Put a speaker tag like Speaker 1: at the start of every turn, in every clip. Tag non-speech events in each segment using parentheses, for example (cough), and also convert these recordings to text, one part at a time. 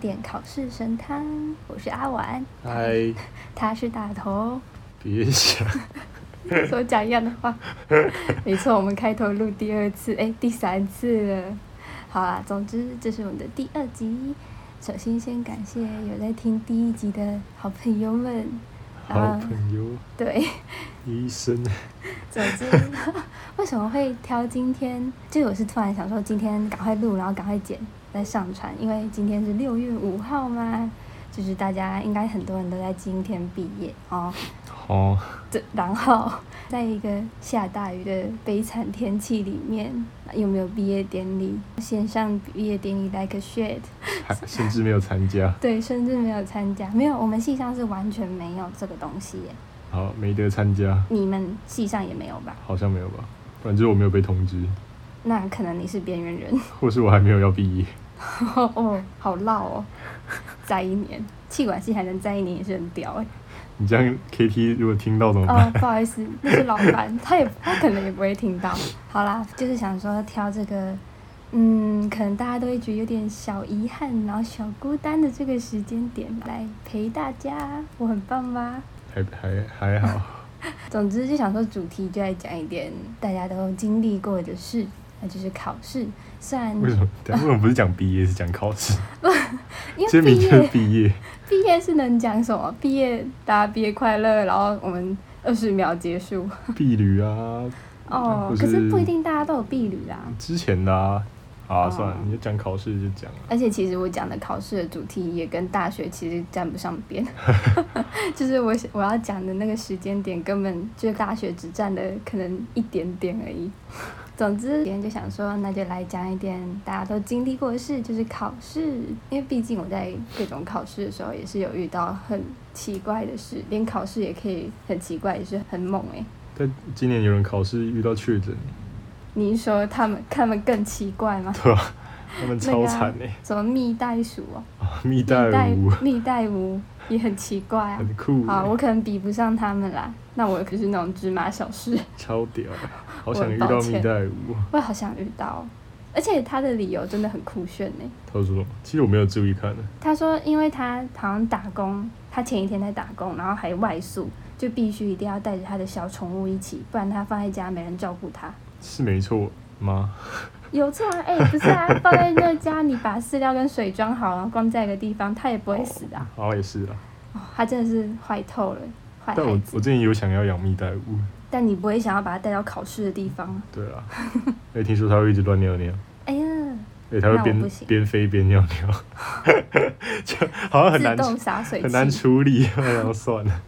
Speaker 1: 点考试神汤，我是阿婉，
Speaker 2: 嗨，
Speaker 1: 他是大头，
Speaker 2: 别
Speaker 1: (laughs)
Speaker 2: 想，
Speaker 1: 所讲一样的话。没错，我们开头录第二次，哎，第三次了。好啦，总之这是我们的第二集。首先先感谢有在听第一集的好朋友们，啊
Speaker 2: 好朋友，
Speaker 1: 对，
Speaker 2: 医生，
Speaker 1: 总之 (laughs) 为什么会挑今天？这个我是突然想说，今天赶快录，然后赶快剪，再上传，因为今天是六月五号嘛，就是大家应该很多人都在今天毕业哦。
Speaker 2: 哦，
Speaker 1: 这然后在一个下大雨的悲惨天气里面，有没有毕业典礼？线上毕业典礼 like a shit，
Speaker 2: 还甚至没有参加，
Speaker 1: 对，甚至没有参加，没有，我们系上是完全没有这个东西耶，
Speaker 2: 好，没得参加，
Speaker 1: 你们系上也没有吧？
Speaker 2: 好像没有吧？反正我没有被通知，
Speaker 1: 那可能你是边缘人
Speaker 2: 或是我还没有要毕业， (laughs)
Speaker 1: 哦，好绕哦，再一年，气管系还能再一年也是很屌哎。
Speaker 2: 你这样 KT 如果听到怎么办？
Speaker 1: 哦，不好意思，那是老板，他也他可能也不会听到。好啦，就是想说挑这个，嗯，可能大家都会觉得有点小遗憾，然后小孤单的这个时间点来陪大家，我很棒吧？
Speaker 2: 还还还好，
Speaker 1: 总之就想说主题就来讲一点大家都经历过的事，那就是考试。虽然
Speaker 2: 为什么？等一下为什么不是讲毕业，是讲考试？
Speaker 1: 因为
Speaker 2: 今天
Speaker 1: 毕
Speaker 2: 明明就是
Speaker 1: 业
Speaker 2: 毕业，
Speaker 1: 毕业是能讲什么？毕业大家毕业快乐，然后我们二十秒结束。
Speaker 2: 毕旅啊，
Speaker 1: 哦，
Speaker 2: 或
Speaker 1: 可是
Speaker 2: 是
Speaker 1: 不一定大家都有避旅啦。
Speaker 2: 之前的啊，好啊，
Speaker 1: 哦
Speaker 2: 算了，你就讲考试就讲了，
Speaker 1: 而且其实我讲的考试的主题也跟大学其实沾不上边， (laughs) 就是我想我要讲的那个时间点根本就是大学只占了可能一点点而已。总之，今天就想说，那就来讲一点大家都经历过的事，就是考试。因为毕竟我在各种考试的时候也是有遇到很奇怪的事，连考试也可以很奇怪，也是很猛欸诶、
Speaker 2: 但今年有人考试遇到确诊，
Speaker 1: 你是说他们他们更奇怪吗？
Speaker 2: 对吧、他们
Speaker 1: 那
Speaker 2: 超
Speaker 1: 个啊
Speaker 2: 惨哎、
Speaker 1: 什么蜜袋鼠哦，
Speaker 2: 啊，蜜
Speaker 1: 蜜袋
Speaker 2: 袋鼯
Speaker 1: 蜜袋鼯也很奇怪啊。
Speaker 2: 很酷欸、
Speaker 1: 好，我可能比不上他们啦。那我可是那种芝麻小事，
Speaker 2: 超屌欸，好
Speaker 1: 我
Speaker 2: 想
Speaker 1: 很
Speaker 2: 遇
Speaker 1: 抱
Speaker 2: 到蜜
Speaker 1: 歉
Speaker 2: 袋鼯。
Speaker 1: 我也好想遇到哦。而且他的理由真的很酷炫呢。
Speaker 2: 他说什么？其实我没有注意看的，
Speaker 1: 他说，因为他好像打工，他前一天在打工，然后还外宿，就必须一定要带着他的小宠物一起，不然他放在家没人照顾他。
Speaker 2: 是没错吗？
Speaker 1: 有错啊？哎、不是啊，放在那家，你把饲料跟水装好，然后关在一个地方，它也不会死的啊、
Speaker 2: 好像也是啦。
Speaker 1: 哦。他真的是坏透了，坏
Speaker 2: 但我
Speaker 1: 孩子
Speaker 2: 我。之前有想要养蜜袋鼯，
Speaker 1: 但你不会想要把它带到考试的地方啊。
Speaker 2: 对 (laughs) 啦，哎，听说它会一直乱尿尿，
Speaker 1: 哎呀，
Speaker 2: 哎，它
Speaker 1: 那我
Speaker 2: 会
Speaker 1: 不
Speaker 2: 边
Speaker 1: 行
Speaker 2: 边飞边尿尿， (laughs) 就好像很
Speaker 1: 自
Speaker 2: 难
Speaker 1: 动洒水器
Speaker 2: 很难处理，然后算了，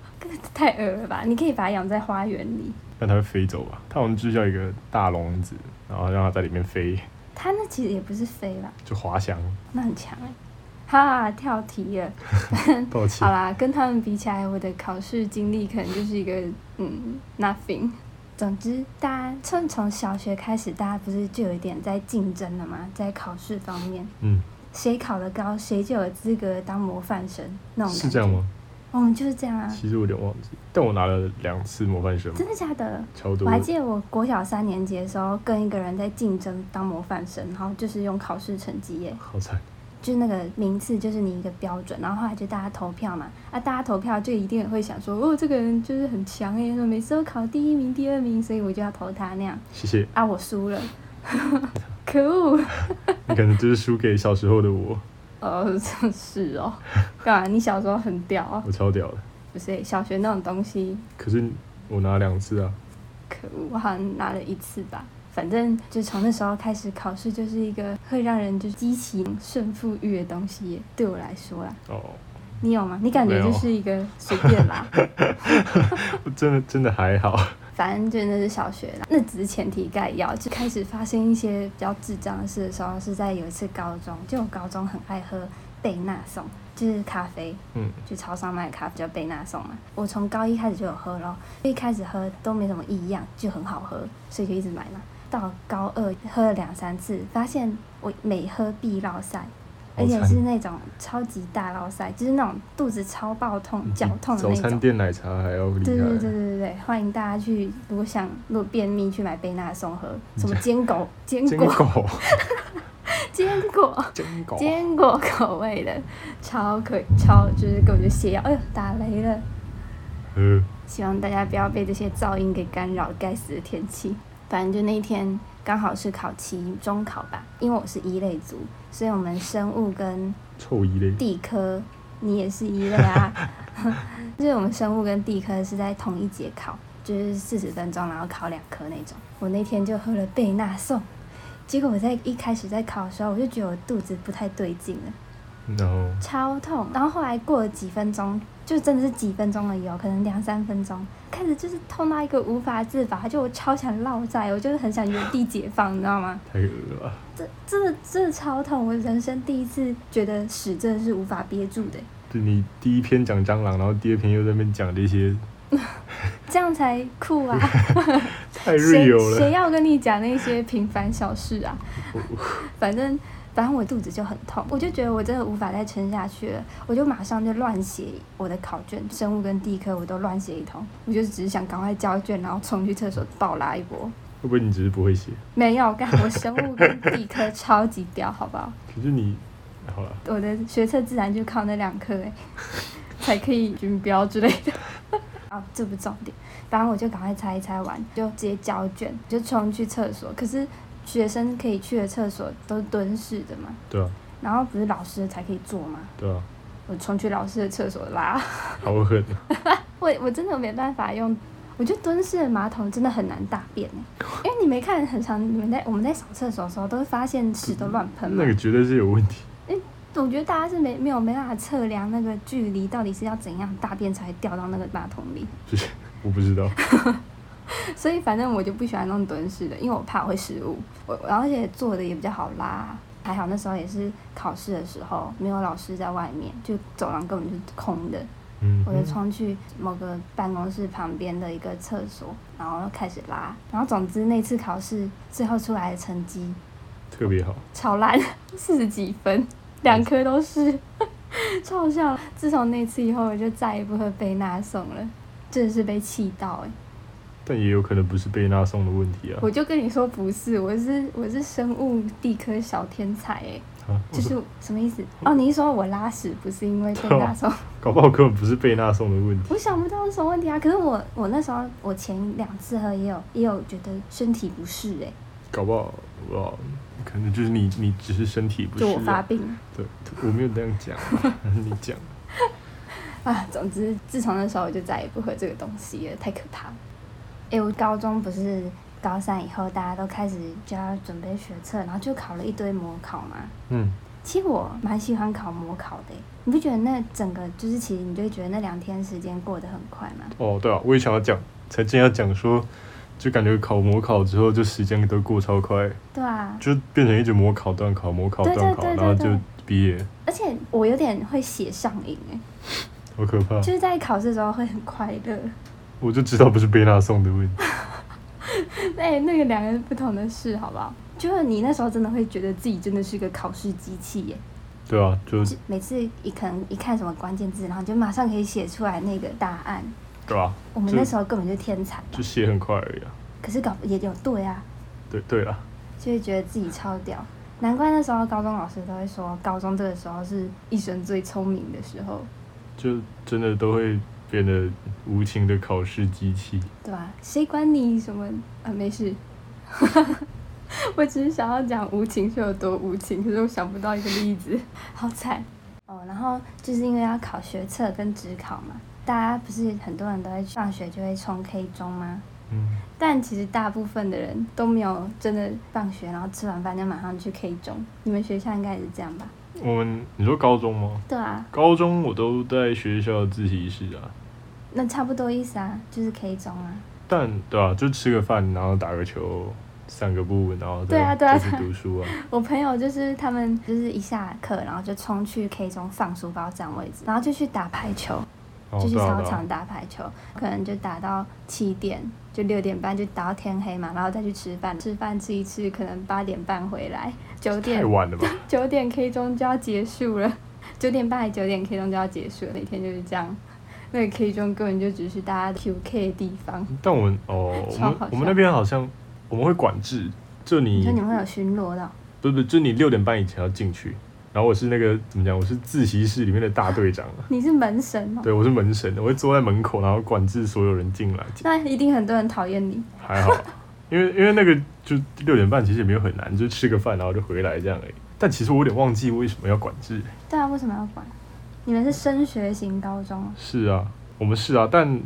Speaker 1: 太恶了吧！你可以把它养在花园里，
Speaker 2: 让它会飞走吧。它好像就叫一个大笼子，然后让它在里面飞，
Speaker 1: 它那其实也不是飞吧，
Speaker 2: 就滑翔。
Speaker 1: 那很强哎、哈，跳题了。
Speaker 2: 抱
Speaker 1: 嗯
Speaker 2: 歉
Speaker 1: 好，啦，跟他们比起来，我的考试经历可能就是一个嗯 nothing。总之，大家从从小学开始，大家不是就有一点在竞争了吗？在考试方面，
Speaker 2: 嗯，
Speaker 1: 谁考得高，谁就有资格当模范生那种感觉。
Speaker 2: 是这样？吗？
Speaker 1: 我们就是这样啊，
Speaker 2: 其实我有点忘记，但我拿了两次模范生，
Speaker 1: 真的假的？
Speaker 2: 超多
Speaker 1: 我。还记得我国小三年级的时候，跟一个人在竞争当模范生，然后就是用考试成绩耶，
Speaker 2: 好惨，
Speaker 1: 就是那个名次就是你一个标准，然后后来就大家投票嘛，啊，大家投票就一定也会想说，哦，这个人就是很强哎，说每次都考第一名、第二名，所以我就要投他那样，
Speaker 2: 谢谢。
Speaker 1: 啊，我输了， (laughs) 可恶，
Speaker 2: 你可能就是输给小时候的我， (laughs)
Speaker 1: 哦，真是哦，干嘛？你小时候很屌哦，
Speaker 2: 我超屌的。
Speaker 1: 不是小学那种东西，
Speaker 2: 可是我拿两次啊，
Speaker 1: 可恶，我好像拿了一次吧。反正就从那时候开始，考试就是一个会让人就是激起胜负欲的东西耶。对我来说啦，
Speaker 2: 哦，
Speaker 1: 你有吗？你感觉
Speaker 2: 没有
Speaker 1: 就是一个随便啦，
Speaker 2: 我真的真的还好， (laughs)
Speaker 1: 反正就那是小学啦。那只是前提概要，就开始发生一些比较智障的事的时候，是在有一次高中，就我高中很爱喝贝纳颂，就是咖啡，
Speaker 2: 嗯，
Speaker 1: 就超商卖的咖啡叫贝纳颂嘛。我从高一开始就有喝咯，一开始喝都没什么异样，就很好喝，所以就一直买嘛。到高二喝了两三次，发现我每喝必落塞，而
Speaker 2: 好
Speaker 1: 且
Speaker 2: 惨
Speaker 1: 是那种超级大落塞，就是那种肚子超爆痛、绞痛的
Speaker 2: 嗯早
Speaker 1: 那
Speaker 2: 餐
Speaker 1: 种。
Speaker 2: 店奶茶还要厉害，
Speaker 1: 对对对对对对，欢迎大家去，如果想如果便秘去买贝纳颂喝，什么坚果、坚
Speaker 2: 坚
Speaker 1: 果、
Speaker 2: 果，
Speaker 1: 坚果
Speaker 2: 真 (laughs) 狗
Speaker 1: 坚果口味的，超可超就是根本就泻药，哎呦打雷了！
Speaker 2: 呃，
Speaker 1: 希望大家不要被这些噪音给干扰，该死的天气。反正就那一天刚好是考期中考吧，因为我是一类组，所以我们生物跟
Speaker 2: 臭一类，
Speaker 1: 地科，你也是一类 (laughs) 啊。就是我们生物跟地科是在同一节考，就是四十分钟，然后考两科那种。我那天就喝了贝纳颂，结果我在一开始在考的时候，我就觉得我肚子不太对劲了，
Speaker 2: 然后
Speaker 1: 超痛。然后后来过了几分钟，就真的是几分钟而已哦，可能两三分钟，开始就是痛到一个无法自拔，就我超想落在，我就是很想原地解放，你知道吗？
Speaker 2: 太恶了吧，
Speaker 1: 这真的真的超痛，我人生第一次觉得屎真的是无法憋住的，
Speaker 2: 就你第一篇讲蟑螂，然后第二篇又在那边讲这些，
Speaker 1: 这样才酷 (laughs) 啊！
Speaker 2: 太
Speaker 1: 谁
Speaker 2: real
Speaker 1: 谁
Speaker 2: 了。
Speaker 1: 要跟你讲那些平凡小事啊？
Speaker 2: (laughs)
Speaker 1: 反正反正我肚子就很痛，我就觉得我真的无法再撑下去了，我就马上就乱写我的考卷，生物跟地科我都乱写一通，我就只是想赶快交卷，然后冲去厕所暴拉一波。
Speaker 2: 会不会你只是不会写？
Speaker 1: 没有，干我生物跟地科超级屌，好不好？
Speaker 2: 可是你好了，
Speaker 1: 我的学测自然就靠那两科哎、 (laughs) 才可以均标之类的。啊，这不重点，反正我就赶快猜一猜完，就直接交卷，就冲去厕所。可是学生可以去的厕所都是蹲式的嘛，
Speaker 2: 对啊，
Speaker 1: 然后不是老师的才可以坐嘛，
Speaker 2: 对啊，
Speaker 1: 我冲去老师的厕所拉， (laughs)
Speaker 2: 好狠，
Speaker 1: 我我真的没办法用。我觉得蹲式的马桶真的很难大便哎、因为你没看很常你们在我们在扫厕所的时候都会发现屎都乱喷嘛
Speaker 2: 那，个绝对是有问题。
Speaker 1: 我觉得大家是没没有没办法测量那个距离，到底是要怎样大便才掉到那个马桶里。 (laughs)
Speaker 2: 就是我不知道，
Speaker 1: 所以反正我就不喜欢弄蹲式的，因为我怕我会失误。我我而且做的也比较好拉，还好那时候也是考试的时候，没有老师在外面，就走廊根本就是空的。
Speaker 2: 嗯，
Speaker 1: 我就冲去某个办公室旁边的一个厕所，然后开始拉。然后总之那次考试最后出来的成绩
Speaker 2: 特别好，
Speaker 1: 超烂， (laughs) 四十几分，两科都是， (laughs) 超好笑。自从那次以后，我就再也不喝贝纳颂了，真的是被气到哎、
Speaker 2: 但也有可能不是贝纳颂的问题啊。
Speaker 1: 我就跟你说不是，我是我是生物地科小天才哎、
Speaker 2: 啊，我
Speaker 1: 就是
Speaker 2: 说
Speaker 1: 什么意哦思？哦，你是说我拉屎不是因为贝纳颂？
Speaker 2: 搞不好根本不是贝纳颂的问题。
Speaker 1: 我想不到有什么问题啊。可是我我那时候我前两次喝也有也有觉得身体不适哎、
Speaker 2: 搞不好我可能就是你，你只是身体不适、
Speaker 1: 就
Speaker 2: 啊。
Speaker 1: 我发病。 (laughs)
Speaker 2: 对，我没有这样讲啊、 (laughs) 你讲。
Speaker 1: 啊，总之自从那时候我就再也不喝这个东西了，太可怕了。哎、我高中不是高三以后大家都开始就要准备学测，然后就考了一堆模考嘛。
Speaker 2: 嗯，
Speaker 1: 其实我蛮喜欢考模考的欸，你不觉得那整个就是其实你就会觉得那两天时间过得很快吗？
Speaker 2: 哦，对啊，我也想要讲，才正要讲说，就感觉考模考之后，就时间都过超快，
Speaker 1: 对啊，
Speaker 2: 就变成一直模考段考，模考
Speaker 1: 对
Speaker 2: 段
Speaker 1: 对
Speaker 2: 考，
Speaker 1: 对
Speaker 2: 然后
Speaker 1: 对
Speaker 2: 就毕业，
Speaker 1: 而且我有点会写上瘾哎，
Speaker 2: 哦好可怕。
Speaker 1: 就是在考试的时候会很快乐。
Speaker 2: 我就知道不是贝纳颂的问题，
Speaker 1: 哎、那个两个不同的事，好不好？就是你那时候真的会觉得自己真的是个考试机器耶，
Speaker 2: 对啊，就
Speaker 1: 就每次一可能一看什么关键字，然后就马上可以写出来那个答案。
Speaker 2: 对啊，
Speaker 1: 我们
Speaker 2: 就
Speaker 1: 那时候根本就天才吧
Speaker 2: 就写很快而已啊。
Speaker 1: 可是搞也有对啊，
Speaker 2: 对对啊，
Speaker 1: 就会觉得自己超屌。难怪那时候高中老师都会说，高中这个时候是一生最聪明的时候，
Speaker 2: 就真的都会变得无情的考试机器。
Speaker 1: 对吧、谁管你什么啊？没事， (laughs) 我只是想要讲无情是有多无情，可是我想不到一个例子， (laughs) 好惨。哦，然后就是因为要考学测跟职考嘛，大家不是很多人都会放学就会冲 K 中吗？
Speaker 2: 嗯，
Speaker 1: 但其实大部分的人都没有真的放学，然后吃完饭就马上去 K 中。你们学校应该也是这样吧？
Speaker 2: 我们你说高中吗？
Speaker 1: 对啊，
Speaker 2: 高中我都在学校自习室啊，
Speaker 1: 那差不多意思啊，就是 K 中啊。
Speaker 2: 但对啊，就吃个饭，然后打个球，散个步，然后再
Speaker 1: 对啊对啊
Speaker 2: 再去
Speaker 1: 对啊
Speaker 2: 读
Speaker 1: (laughs)
Speaker 2: 书啊。
Speaker 1: 我朋友就是他们就是一下课，然后就冲去 K 中放书包占位置，然后就去打排球，
Speaker 2: 哦
Speaker 1: 就去
Speaker 2: 对啊
Speaker 1: 操
Speaker 2: 对啊
Speaker 1: 场打排球，可能就打到七点，就六点半就打到天黑嘛，然后再去吃饭，吃饭吃一吃，可能八点半回来，九点
Speaker 2: 太晚了吧？
Speaker 1: 九点 K 中就要结束了，九点半还九点 K 中就要结束了，每天就是这样。那个 K 中根本就只是大家 QK 的地方。
Speaker 2: 但我们哦，我
Speaker 1: 超
Speaker 2: 们
Speaker 1: 好笑
Speaker 2: 我们那边好像我们会管制，就
Speaker 1: 你
Speaker 2: 你
Speaker 1: 说你们会有巡逻的哦、
Speaker 2: 不是不是，就你六点半以前要进去。然后我是那个怎么讲？我是自习室里面的大队长
Speaker 1: (laughs)
Speaker 2: 啊，
Speaker 1: 你是门神哦，
Speaker 2: 对我是门神，我会坐在门口，然后管制所有人进来。
Speaker 1: 那一定很多人讨厌你。(laughs)
Speaker 2: 还好，因为因为那个就六点半其实也没有很难，就吃个饭然后就回来这样而已。但其实我有点忘记为什么要管制。
Speaker 1: 对啊，为什么要管？你们是升学型高中啊，
Speaker 2: 是啊，我们是啊，但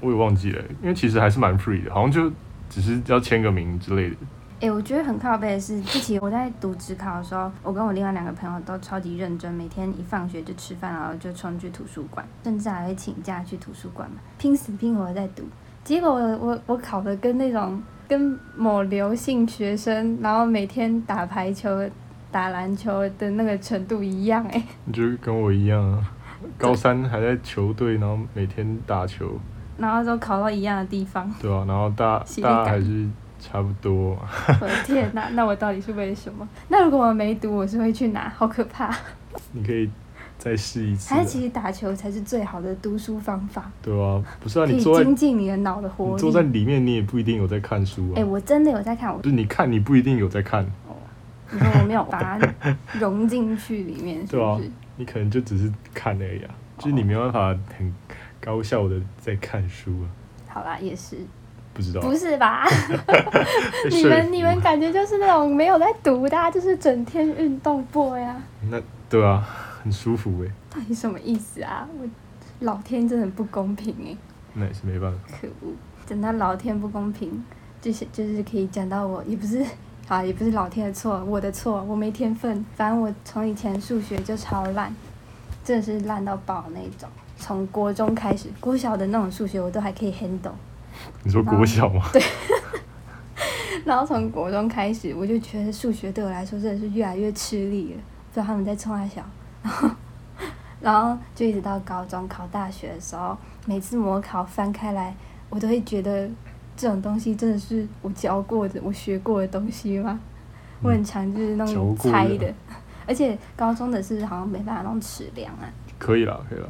Speaker 2: 我也忘记了，因为其实还是蛮 free 的，好像就只是要签个名之类的。
Speaker 1: 哎、我觉得很靠背的是，之前我在读职考的时候，我跟我另外两个朋友都超级认真，每天一放学就吃饭，然后就冲去图书馆，甚至还会请假去图书馆嘛，拼死拼活在读。结果我我我考的跟那种跟某流姓学生，然后每天打排球、打篮球的那个程度一样哎、
Speaker 2: 你就跟我一样啊，高三还在球队，然后每天打球，
Speaker 1: (laughs) 然后都考到一样的地方。
Speaker 2: 对吧、然后大
Speaker 1: 洗力
Speaker 2: 大家
Speaker 1: 感
Speaker 2: 还是差不多嘛。
Speaker 1: 我的天哪、那我到底是为什么？那如果我没读，我是会去哪？好可怕！
Speaker 2: 你可以再试一次啊、
Speaker 1: 还是其实打球才是最好的读书方法，
Speaker 2: 对啊，不是啊，
Speaker 1: 可
Speaker 2: 你
Speaker 1: 以
Speaker 2: 坐在
Speaker 1: 精进你的脑的
Speaker 2: 你
Speaker 1: 活
Speaker 2: 坐在
Speaker 1: 力。
Speaker 2: 里面，你也不一定有在看书啊。
Speaker 1: 哎、我真的有在看，
Speaker 2: (laughs)
Speaker 1: 我
Speaker 2: 就是你看，你不一定有在看，
Speaker 1: 你说我没有把它融进去里面，是
Speaker 2: (laughs) 对啊
Speaker 1: 不是？
Speaker 2: 你可能就只是看而已啊。就是你没办法很高效的在看书啊，
Speaker 1: 好啦，也是，
Speaker 2: 不知道啊。
Speaker 1: 不是
Speaker 2: (laughs)
Speaker 1: 吧？
Speaker 2: 被
Speaker 1: 你
Speaker 2: 说
Speaker 1: 们
Speaker 2: 服
Speaker 1: 你们感觉就是那种没有在读的、啊，就是整天运动 boy 啊，
Speaker 2: 那对啊，很舒服哎、
Speaker 1: 到底什么意思啊？我老天真的不公平哎、
Speaker 2: 那也是没办法。
Speaker 1: 可恶！讲到老天不公平，就是就是可以讲到我，也不是 (laughs) 好，也不是老天的错，我的错，我没天分。反正我从以前数学就超烂，真的是烂到爆那一种。从国中开始，国小的那种数学我都还可以 handle，
Speaker 2: 你说国小
Speaker 1: 哦
Speaker 2: 吗？
Speaker 1: (laughs) 然后从国中开始，我就觉得数学对我来说真的是越来越吃力了，不知道他们在冲啊啥小。然后，然后就一直到高中考大学的时候，每次模考翻开来，我都会觉得这种东西真的是我教过的、我学过的东西吗？我很常就是那种
Speaker 2: 嚼嗯过
Speaker 1: 猜
Speaker 2: 的
Speaker 1: 的，而且高中的是好像没办法弄尺量啊。
Speaker 2: 可以啦，可以啦。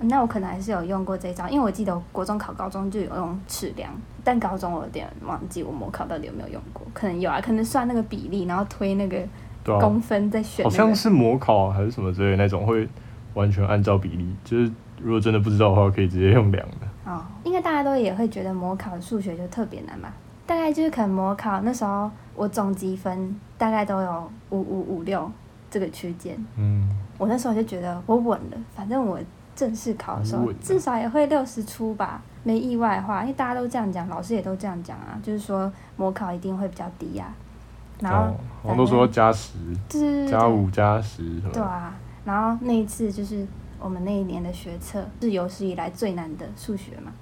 Speaker 1: 那我可能还是有用过这一招，因为我记得我国中考高中就有用尺量，但高中我有点忘记我模考到底有没有用过，可能有啊，可能算那个比例，然后推那个
Speaker 2: 对啊，
Speaker 1: 公分再选、那
Speaker 2: 好
Speaker 1: 个
Speaker 2: 像是模考啊还是什么之类的那种，会完全按照比例。就是如果真的不知道的话，可以直接用量的。
Speaker 1: 哦，应该大家都也会觉得模考的数学就特别难吧？大概就是可能模考那时候我总积分大概都有五五五六这个区间，
Speaker 2: 嗯，
Speaker 1: 我那时候就觉得我稳了，反正我正式考的时
Speaker 2: 你
Speaker 1: 候
Speaker 2: 稳了
Speaker 1: 至少也会六十出吧，没意外的话，因为大家都这样讲，老师也都这样讲啊，就是说模考一定会比较低呀、啊。然后
Speaker 2: 哦，好像都说
Speaker 1: 反
Speaker 2: 要加十、
Speaker 1: 对对对
Speaker 2: 加
Speaker 1: 对
Speaker 2: 五、加十什么
Speaker 1: 对
Speaker 2: 的。
Speaker 1: 啊，然后那一次就是我们那一年的学测是有史以来最难的数学嘛，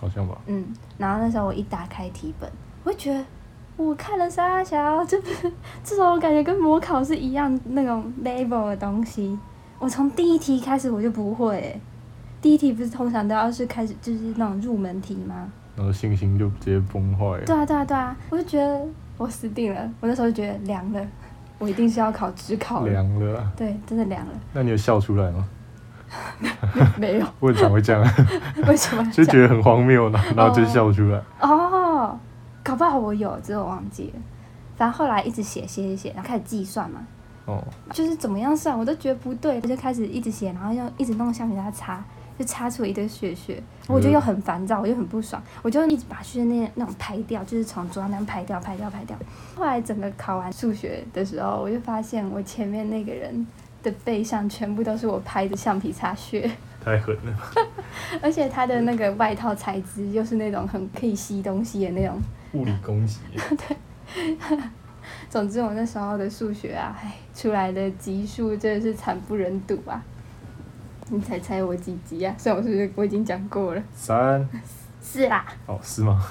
Speaker 2: 好像吧。
Speaker 1: 嗯，然后那时候我一打开题本，我就觉得我看了啥小，这不是这种感觉跟模考是一样那种 level 的东西。我从第一题开始我就不会、欸，第一题不是通常都要是开始就是那种入门题吗？
Speaker 2: 然后信心就直接崩坏
Speaker 1: 对
Speaker 2: 了。
Speaker 1: 啊对啊对啊，我就觉得我死定了，我那时候就觉得凉了，我一定是要考职考了。
Speaker 2: 凉了啊。
Speaker 1: 对，真的凉了， (laughs)
Speaker 2: 那你有笑出来吗？
Speaker 1: 没有，
Speaker 2: 我很常会这样，啊
Speaker 1: 为什么要
Speaker 2: 就
Speaker 1: 讲
Speaker 2: 觉得很荒谬，然后然后就笑出来。
Speaker 1: 哦，搞不好我有，只是我忘记了。反正后来一直写写写写，然后开始计算嘛，
Speaker 2: 哦，
Speaker 1: 就是怎么样算我都觉得不对，我就开始一直写，然后又一直弄橡皮擦擦，就擦出一堆血血，我就又很烦躁，我又很不爽，我就一直把血那那种排掉，就是从桌上那样排掉排掉排掉。后来整个考完数学的时候，我就发现我前面那个人的背上全部都是我拍的橡皮擦屑，
Speaker 2: 太狠了。
Speaker 1: (laughs) 而且他的那个外套材质又是那种很可以吸东西的那种。
Speaker 2: 物理攻击。
Speaker 1: 总之，我那时候的数学啊，唉，出来的级数真的是惨不忍睹啊！你猜猜我几级啊？虽然我是我已经讲过了，
Speaker 2: 三
Speaker 1: 是啊啦，
Speaker 2: 哦，是吗？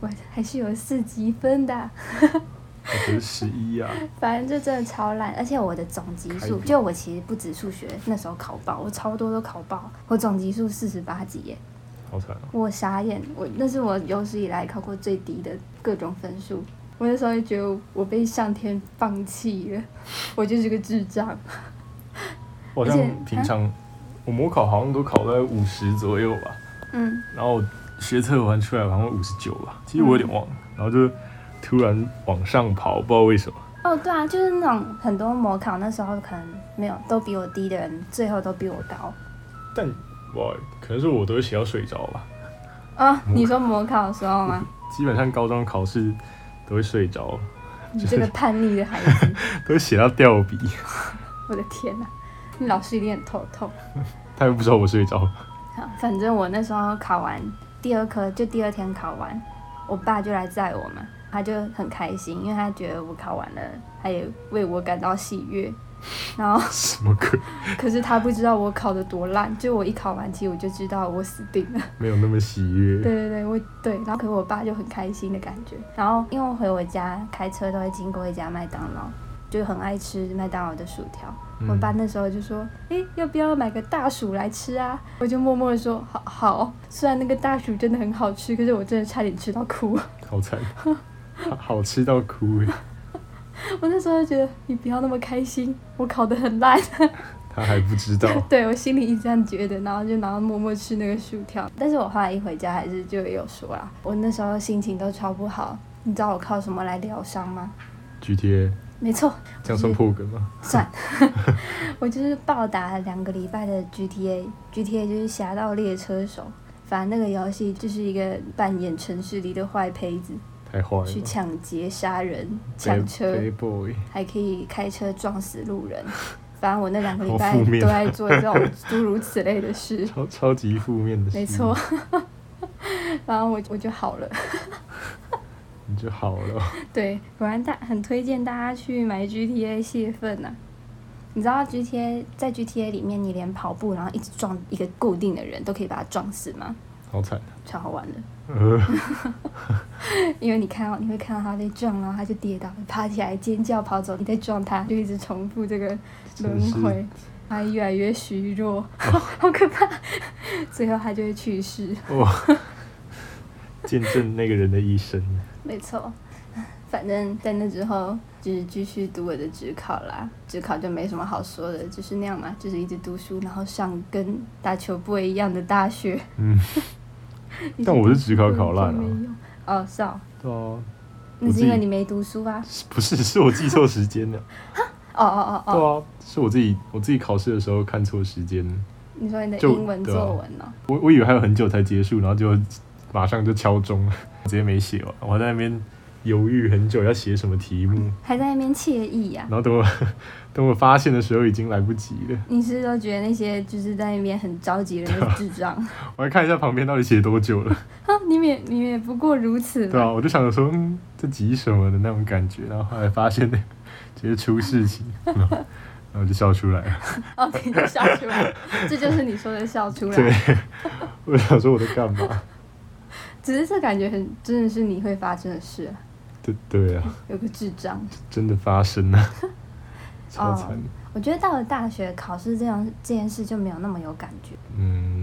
Speaker 1: 我还是有四级分的啊、
Speaker 2: 我觉得十一啊，
Speaker 1: 反正就真的超烂，而且我的总级
Speaker 2: 开
Speaker 1: 数，
Speaker 2: 笔
Speaker 1: 就我其实不止数学，那时候考爆，我超多都考爆，我总级数四十八级耶，
Speaker 2: 好惨哦。
Speaker 1: 我傻眼，我那是我有史以来考过最低的各种分数。我那时候就觉得我被上天放弃了，我就是个智障。
Speaker 2: 我好
Speaker 1: 而且啊
Speaker 2: 像平常我模考好像都考在五十左右吧，
Speaker 1: 嗯，
Speaker 2: 然后学测完
Speaker 1: 嗯
Speaker 2: 出来好像五十九吧，其实我有点忘了，然后就突然往上跑，不知道为什么。
Speaker 1: 哦，对啊，就是那种很多模考那时候可能没有都比我低的人，最后都比我高。
Speaker 2: 但我可能是我都会写到睡着吧，
Speaker 1: 哦，
Speaker 2: 模
Speaker 1: 你说模考的时候吗？
Speaker 2: 基本上高中考试都会睡着，
Speaker 1: 你这个叛逆的孩子， (laughs)
Speaker 2: 都会写到掉笔，
Speaker 1: 我的天哪、你老师一定很头痛。
Speaker 2: 他又不知道我睡着了。
Speaker 1: 好，反正我那时候考完第二科，就第二天考完，我爸就来载我嘛，他就很开心，因为他觉得我考完了，他也为我感到喜悦。然后， (laughs)
Speaker 2: 什么鬼？
Speaker 1: 可是他不知道我考的多烂，就我一考完，其实我就知道我死定了。
Speaker 2: 没有那么喜悦。
Speaker 1: 对对对，我对，然后可是我爸就很开心的感觉。然后因为我回我家开车都会经过一家麦当劳，就很爱吃麦当劳的薯条。
Speaker 2: 嗯
Speaker 1: 我爸那时候就说：“诶，要不要买个大薯来吃啊？”我就默默的说：“好好。”虽然那个大薯真的很好吃，可是我真的差点吃到哭。 (laughs)
Speaker 2: 好惨，好 (laughs) 好吃到哭哎！
Speaker 1: 我那时候就觉得你不要那么开心，我考得很烂。
Speaker 2: 他还不知道
Speaker 1: (laughs) 对我心里一直这样觉得，然后就然后默默吃那个薯条。但是我后来一回家还是就有说啦，我那时候心情都超不好。你知道我靠什么来疗伤吗？
Speaker 2: ，GTA
Speaker 1: 没错， (laughs)
Speaker 2: 这样算破梗吗？
Speaker 1: 算，我就是暴打两个礼拜的 GTA，GTA 就是《侠盗猎车手》。反正那个游戏就是一个扮演城市里的坏胚子，
Speaker 2: 太坏了
Speaker 1: 嗯去抢劫、杀人、抢车，
Speaker 2: ，Bad Boy，
Speaker 1: 还可以开车撞死路人。反正我那两个礼拜
Speaker 2: 好负面
Speaker 1: 都在做这种诸如此类的
Speaker 2: (laughs)
Speaker 1: 事。
Speaker 2: 超超级负面的，
Speaker 1: 没错，， (laughs) 然后我我就好了。
Speaker 2: 你就好了。
Speaker 1: 对，果然大很推荐大家去买 GTA 泄愤呐、你知道 GTA 在 GTA 里面，你连跑步然后一直撞一个固定的人都可以把他撞死吗？
Speaker 2: 好惨，
Speaker 1: 超好玩的， (laughs)
Speaker 2: 呃，
Speaker 1: 因为你看到你会看到他被撞，然后他就跌倒，爬起来尖叫跑走，你再撞他，就一直重复这个轮
Speaker 2: 真是
Speaker 1: 回，他越来越虚弱， (laughs) 好可怕， (laughs) 最后他就会去世。
Speaker 2: 哇， (laughs) 见证那个人的一生。
Speaker 1: 没错， (laughs) 反正在那之后就是继续读我的职考啦。职考就没什么好说的，就是那样嘛，就是一直读书，然后上跟打球不一样的大学。 (laughs)
Speaker 2: 嗯，
Speaker 1: 一直
Speaker 2: 但我是职考考烂
Speaker 1: 读书就
Speaker 2: 了。
Speaker 1: 没用哦，是哦，
Speaker 2: 对啊，
Speaker 1: 那
Speaker 2: 我
Speaker 1: 是
Speaker 2: 自己
Speaker 1: 因为你没读书吧？
Speaker 2: 是不是是我记错时间了。
Speaker 1: 哦哦哦
Speaker 2: 对
Speaker 1: 哦，
Speaker 2: 啊，是我自己我自己考试的时候看错时间，
Speaker 1: 你说你的
Speaker 2: 就
Speaker 1: 英文
Speaker 2: 对
Speaker 1: 作
Speaker 2: 啊
Speaker 1: 文哦？
Speaker 2: 我我以为还有很久才结束，然后就马上就敲钟 (laughs) 了，直接没写完。我还在那边犹豫很久要写什么题目，
Speaker 1: 还在那边惬意啊呀、
Speaker 2: 然后等我 (laughs) 等我发现的时候已经来不及了。
Speaker 1: 你是不是都觉得那些就是在那边很着急的人都是智
Speaker 2: (laughs)
Speaker 1: 障？
Speaker 2: 我来看一下旁边到底写多久了， (laughs)
Speaker 1: 啊，你们也你们也不过如此嘛。
Speaker 2: 对啊，我就想说，嗯，这急什么的那种感觉，然后后来发现 (laughs) 直接出事情，然后然后就笑出来了。 (laughs)
Speaker 1: 哦，你就笑出来，这就是你说的笑出来。
Speaker 2: (laughs) 对，我想说我在干嘛？
Speaker 1: 只是这感觉很，真的是你会发生的事、啊，
Speaker 2: 对对啊，
Speaker 1: 有个智障。
Speaker 2: 真的发生了，超
Speaker 1: 哦
Speaker 2: 惨的。
Speaker 1: 我觉得到了大学考试这样这件事就没有那么有感觉，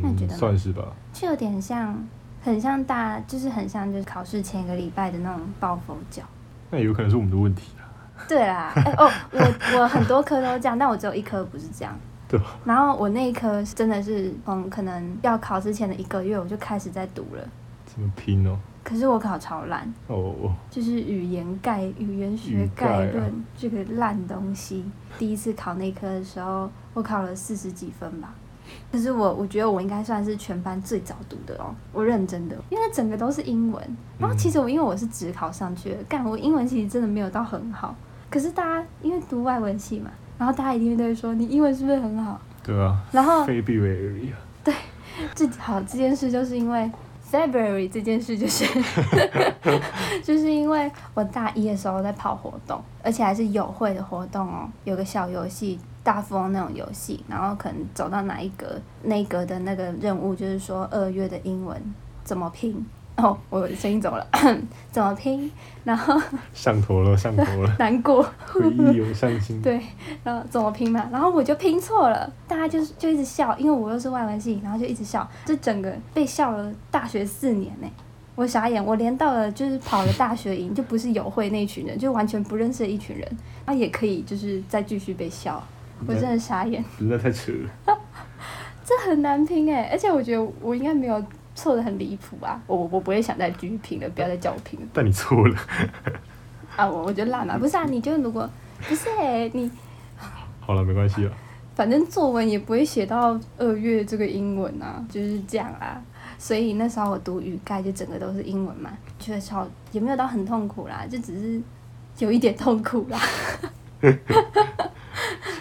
Speaker 1: 那你觉
Speaker 2: 嗯
Speaker 1: 得，呢
Speaker 2: 算是吧。
Speaker 1: 就有点像，很像大，就是很像就是考试前一个礼拜的那种抱佛脚。 (laughs)
Speaker 2: 那也有可能是我们的问题啊，
Speaker 1: 对啦，哎、哦，我我很多科都这样，但我只有一科不是这样。
Speaker 2: 对吧？
Speaker 1: 然后我那一科真的是从可能要考试前的一个月我就开始在读了，
Speaker 2: 怎么拼哦？
Speaker 1: 可是我考超烂，
Speaker 2: 哦，
Speaker 1: 就是语言概语言学
Speaker 2: 语
Speaker 1: 概
Speaker 2: 概啊
Speaker 1: 论、这个烂东西。第一次考那科的时候，我考了四十几分吧。可是我，我觉得我应该算是全班最早读的哦，我认真的，因为整个都是英文。然后其实我因为我是只考上去的，干我英文其实真的没有到很好。可是大家因为读外文系嘛，然后大家一定都会说你英文是不是很好？
Speaker 2: 对啊，
Speaker 1: 然后
Speaker 2: 非必为而已啊。
Speaker 1: 这好这件事，就是因为 February 这件事，就是 (laughs) 就是因为我大一的时候在跑活动，而且还是友会的活动哦，有个小游戏。大富翁那种游戏，然后可能走到哪一格，那一格的那个任务就是说二月的英文怎么拼哦，我的声音走了， (coughs) 怎么拼，然后，
Speaker 2: 上头了，上头了 (laughs)
Speaker 1: 难过，
Speaker 2: 回忆涌上心。
Speaker 1: 对，然后怎么拼嘛？然后我就拼错了，大家就是就一直笑，因为我又是外文系，然后就一直笑，这整个被笑了大学四年呢、我傻眼，我连到了就是跑了大学营，就不是友会那一群人，就完全不认识的一群人，那也可以就是再继续被笑，我真的傻眼，
Speaker 2: 那太扯了。
Speaker 1: 这很难拼哎、而且我觉得我应该没有错的很离谱吧，我我我不会想再继续拼了，不要再叫我拼了。
Speaker 2: 但你错了，
Speaker 1: 啊，我我就烂嘛，不是啊，你就如果不是哎、你
Speaker 2: 好了，没关系了。啊 (laughs)
Speaker 1: 反正作文也不会写到二月这个英文啊，就是这样啊。所以那时候我读语概就整个都是英文嘛，觉得超也没有到很痛苦啦，就只是有一点痛苦啦，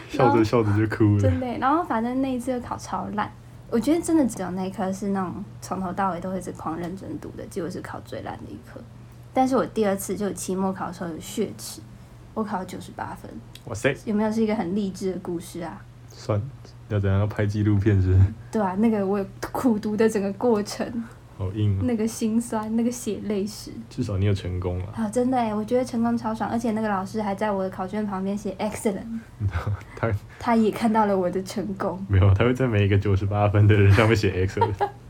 Speaker 2: 笑着笑着就哭了
Speaker 1: 真。的欸。然后反正那一次又考超烂，我觉得真的只有那一科是那种从头到尾都会一直狂认真读的，结果是考最烂的一科。但是我第二次就期末考的时候有血耻，我考了九十八分，
Speaker 2: 哇塞，
Speaker 1: 有没有是一个很励志的故事啊？
Speaker 2: 算了要怎样要拍纪录片是不是
Speaker 1: 对啊，那个我有苦读的整个过程，
Speaker 2: 好硬、啊，
Speaker 1: 那个心酸，那个血泪史
Speaker 2: 至少你有成功了，
Speaker 1: 啊，真的哎，我觉得成功超爽，而且那个老师还在我的考卷旁边写 excellent，
Speaker 2: 他
Speaker 1: 他也看到了我的成功。
Speaker 2: 没有，他会在每一个九十八分的人上面写 X，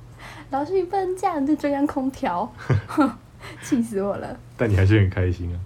Speaker 2: (laughs)
Speaker 1: 老师，你不能这样，就中央空调， (laughs) 气死我了。
Speaker 2: 但你还是很开心啊。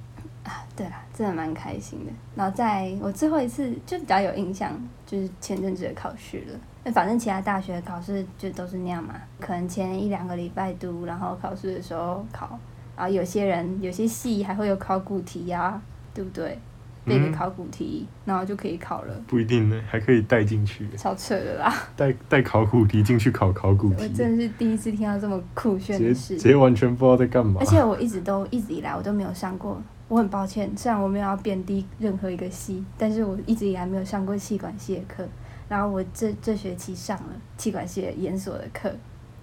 Speaker 1: 啊，对啦，真的蛮开心的。然后在我最后一次就比较有印象，就是前阵子的考试了。那反正其他大学的考试就都是那样嘛，可能前一两个礼拜读，然后考试的时候考，然后有些人有些系还会有考古题呀、对不对？背个
Speaker 2: 嗯
Speaker 1: 考古题，然后就可以考了，
Speaker 2: 不一定呢，还可以带进去，
Speaker 1: 超扯的啦！
Speaker 2: 带带考古题进去考考古
Speaker 1: 我
Speaker 2: 题，
Speaker 1: 真的是第一次听到这么酷炫的
Speaker 2: 直接
Speaker 1: 事
Speaker 2: 直，接完全不知道在干嘛
Speaker 1: 而。且我一直都一直以来我都没有上过，我很抱歉，虽然我没有要贬低任何一个系，但是我一直以来没有上过气管系的课，然后我这这学期上了气管系的研所的课，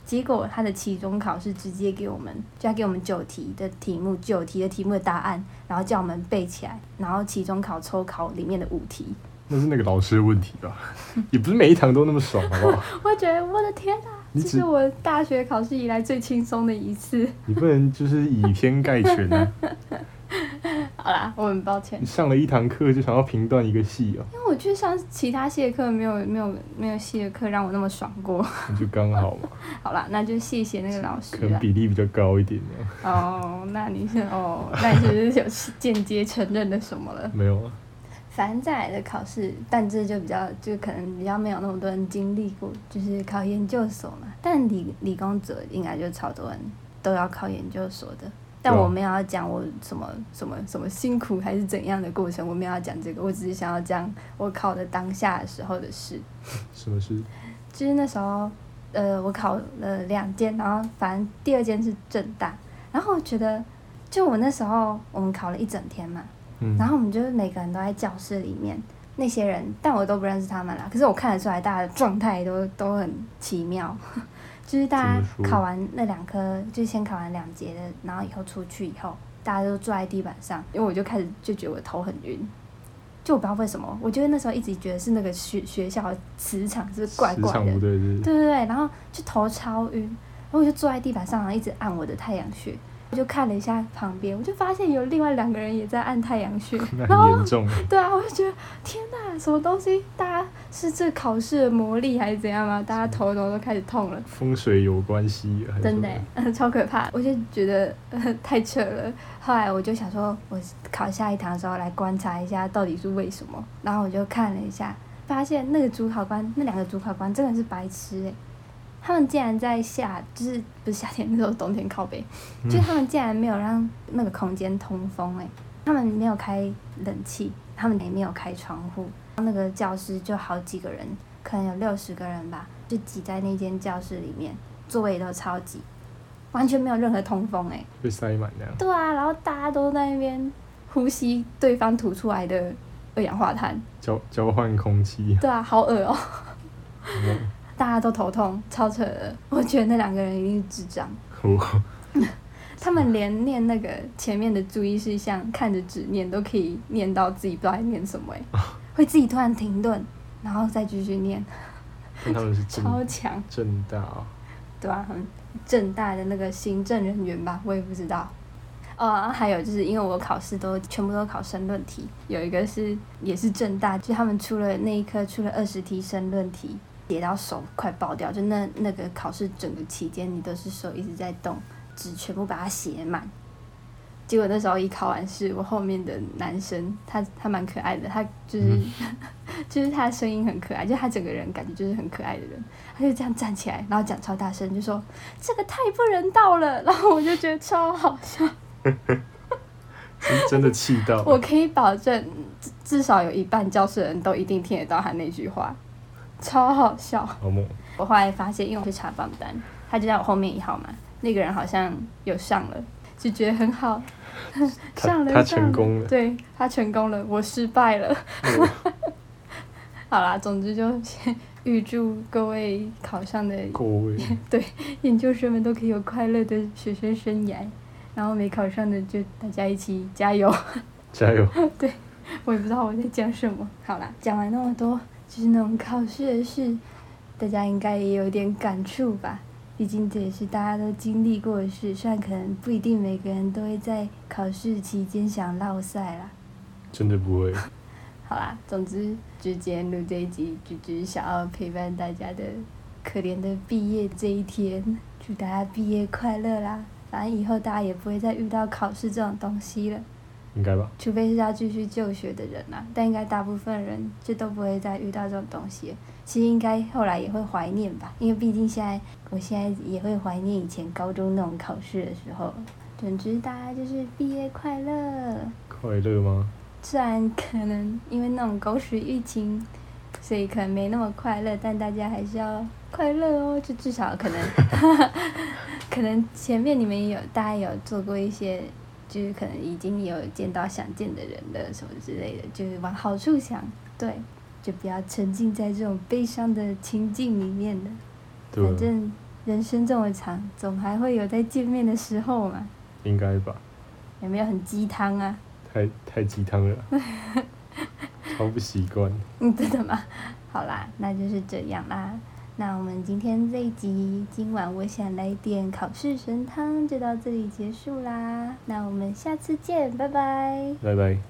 Speaker 1: 结果他的期中考试直接给我们，就他给我们九题的题目，九题的题目的答案，然后叫我们背起来，然后期中考抽考里面的五题，
Speaker 2: 那是那个老师的问题吧？ (laughs) 也不是每一堂都那么爽，好不好？
Speaker 1: 我觉得我的天啊，
Speaker 2: 你
Speaker 1: 这
Speaker 2: 只
Speaker 1: 是我大学考试以来最轻松的一次。 (laughs)
Speaker 2: 你不能就是以偏概全啊！
Speaker 1: 好啦，我很抱歉
Speaker 2: 你。上了一堂课就想要评断一个系啊，
Speaker 1: 因为我去上其他系的课，没有没有没有系的课让我那么爽过。 (laughs)
Speaker 2: 你就刚好嘛，
Speaker 1: 好啦，那就谢谢那个老师
Speaker 2: 可能
Speaker 1: 了。
Speaker 2: 比例比较高一点啊。
Speaker 1: 哦，那你是哦，那你是不是有间接承认了什么了？ (laughs)
Speaker 2: 没有啊，
Speaker 1: 反正再来的考试，但这就比较，就可能比较没有那么多人经历过，就是考研究所嘛。但理理工者应该就超多人都要考研究所的。但
Speaker 2: 对啊
Speaker 1: 我没有要讲我什么什么什么辛苦还是怎样的过程，我没有要讲这个，我只是想要讲我考的当下的时候的事。
Speaker 2: 什么事？
Speaker 1: 就是那时候，呃，我考了两间，然后反正第二间是正大，然后我觉得，就我那时候我们考了一整天嘛，
Speaker 2: 嗯，
Speaker 1: 然后我们就是每个人都在教室里面，那些人，但我都不认识他们啦。可是我看得出来，大家的状态都都很奇妙， (laughs) 就是大
Speaker 2: 怎么
Speaker 1: 家
Speaker 2: 说
Speaker 1: 考完那两科，就先考完两节的，然后以后出去以后，大家都坐在地板上，因为我就开始就觉得我头很晕。就我不知道为什么，我觉得那时候一直觉得是那个学学校的磁场是怪
Speaker 2: 磁
Speaker 1: 怪
Speaker 2: 场
Speaker 1: 的
Speaker 2: 不，对是不是，
Speaker 1: 对对对，然后就头超晕，然后我就坐在地板上，然后一直按我的太阳穴，我就看了一下旁边，我就发现有另外两个人也在按太阳穴 (laughs)
Speaker 2: 那
Speaker 1: 然
Speaker 2: 很
Speaker 1: 后
Speaker 2: 严重啊。
Speaker 1: 对啊，我就觉得天哪，什么东西？大家是这考试的魔力还是怎样吗？大家头头都开始痛了。
Speaker 2: 风水有关系，啊还是
Speaker 1: 真的
Speaker 2: 什么
Speaker 1: 欸、 (laughs) 超可怕！我就觉得、 (laughs) 呃、太扯了。后来我就想说，我考下一堂的时候来观察一下到底是为什么。然后我就看了一下，发现那个主考官，那两个主考官真的是白痴哎、他们竟然在夏，就是不是夏天，那时候冬天靠北，
Speaker 2: 嗯
Speaker 1: 就是他们竟然没有让那个空间通风哎、他们没有开冷气，他们也没有开窗户，那个教室就好几个人，可能有六十个人吧，就挤在那间教室里面，座位都超级，完全没有任何通风哎、
Speaker 2: 被塞满那样。
Speaker 1: 对啊，然后大家都在那边呼吸对方吐出来的二氧化碳，
Speaker 2: 交交换空 (laughs) 气，
Speaker 1: 对啊，好恶哦、
Speaker 2: 嗯
Speaker 1: 大家都头痛，超扯的。我觉得那两个人一定是智障，
Speaker 2: 我
Speaker 1: 他们连念那个前面的注意事项，看着纸念都可以念到自己不知道在念什么、欸，会自己突然停顿，然后再继续念，
Speaker 2: 但他们是
Speaker 1: 超
Speaker 2: 正
Speaker 1: 强，
Speaker 2: 正大哦，
Speaker 1: 对吧、很正大的那个行政人员吧，我也不知道。哦，然后还有就是因为我考试都全部都考申论题，有一个是也是正大，就他们出了那一科出了二十题申论题，写到手快爆掉，就那那个考试整个期间你都是手一直在动，纸全部把它写满。结果那时候一考完试，我后面的男生他他蛮可爱的，他就是、 (laughs) 就是他的声音很可爱，就他整个人感觉就是很可爱的人，他就这样站起来，然后讲超大声，就说这个太不人道了，然后我就觉得超好笑。
Speaker 2: 真真的气到啊
Speaker 1: 我
Speaker 2: 了。
Speaker 1: 可以保证，至至少有一半教室的人都一定听得到他那句话，超好笑。
Speaker 2: 好猛！
Speaker 1: 我后来发现，因为我去查榜单，他就在我后面一号嘛，那个人好像有上了，就觉得很好，
Speaker 2: 他
Speaker 1: (laughs) 上了
Speaker 2: 他
Speaker 1: 上
Speaker 2: 成功了
Speaker 1: 对他成功了，我失败了。 (laughs)
Speaker 2: 哦
Speaker 1: 好啦，总之就先预祝各位考上的 (laughs)
Speaker 2: 各位，
Speaker 1: 研究生们都可以有快乐的学生生涯，然后没考上的就大家一起加油。
Speaker 2: 加油！
Speaker 1: 我也不知道我在讲什么。好啦，讲完那么多，就是那种考试的事，大家应该也有点感触吧？毕竟这也是大家都经历过的事，虽然可能不一定每个人都会在考试期间想落赛啦。
Speaker 2: 真的不会。
Speaker 1: 好啦，总之，之前录这一集，就只是想要陪伴大家的可怜的毕业这一天，祝大家毕业快乐啦！反正以后大家也不会再遇到考试这种东西了。
Speaker 2: 应该吧？
Speaker 1: 除非是要继续就学的人啦、但应该大部分人就都不会再遇到这种东西了。其实应该后来也会怀念吧，因为毕竟现在，我现在也会怀念以前高中那种考试的时候。总之，大家就是毕业快乐。
Speaker 2: 快乐吗？
Speaker 1: 虽然可能因为那种狗屎疫情，所以可能没那么快乐，但大家还是要快乐哦。就至少可能， (laughs) 可能前面你们也有大家有做过一些，就是可能已经有见到想见的人了什么之类的，就是往好处想，对，就不要沉浸在这种悲伤的情境里面了。
Speaker 2: 对啊
Speaker 1: 反
Speaker 2: 吧？
Speaker 1: 正人生这么长，总还会有再见面的时候嘛。
Speaker 2: 应该吧？
Speaker 1: 有没有很鸡汤啊？
Speaker 2: 太太鸡汤了， (laughs) 超不习惯。
Speaker 1: (laughs) 嗯，真的吗？好啦，那就是这样啦。那我们今天这一集，今晚我想来点考试神汤，就到这里结束啦。那我们下次见，拜拜。
Speaker 2: 拜拜。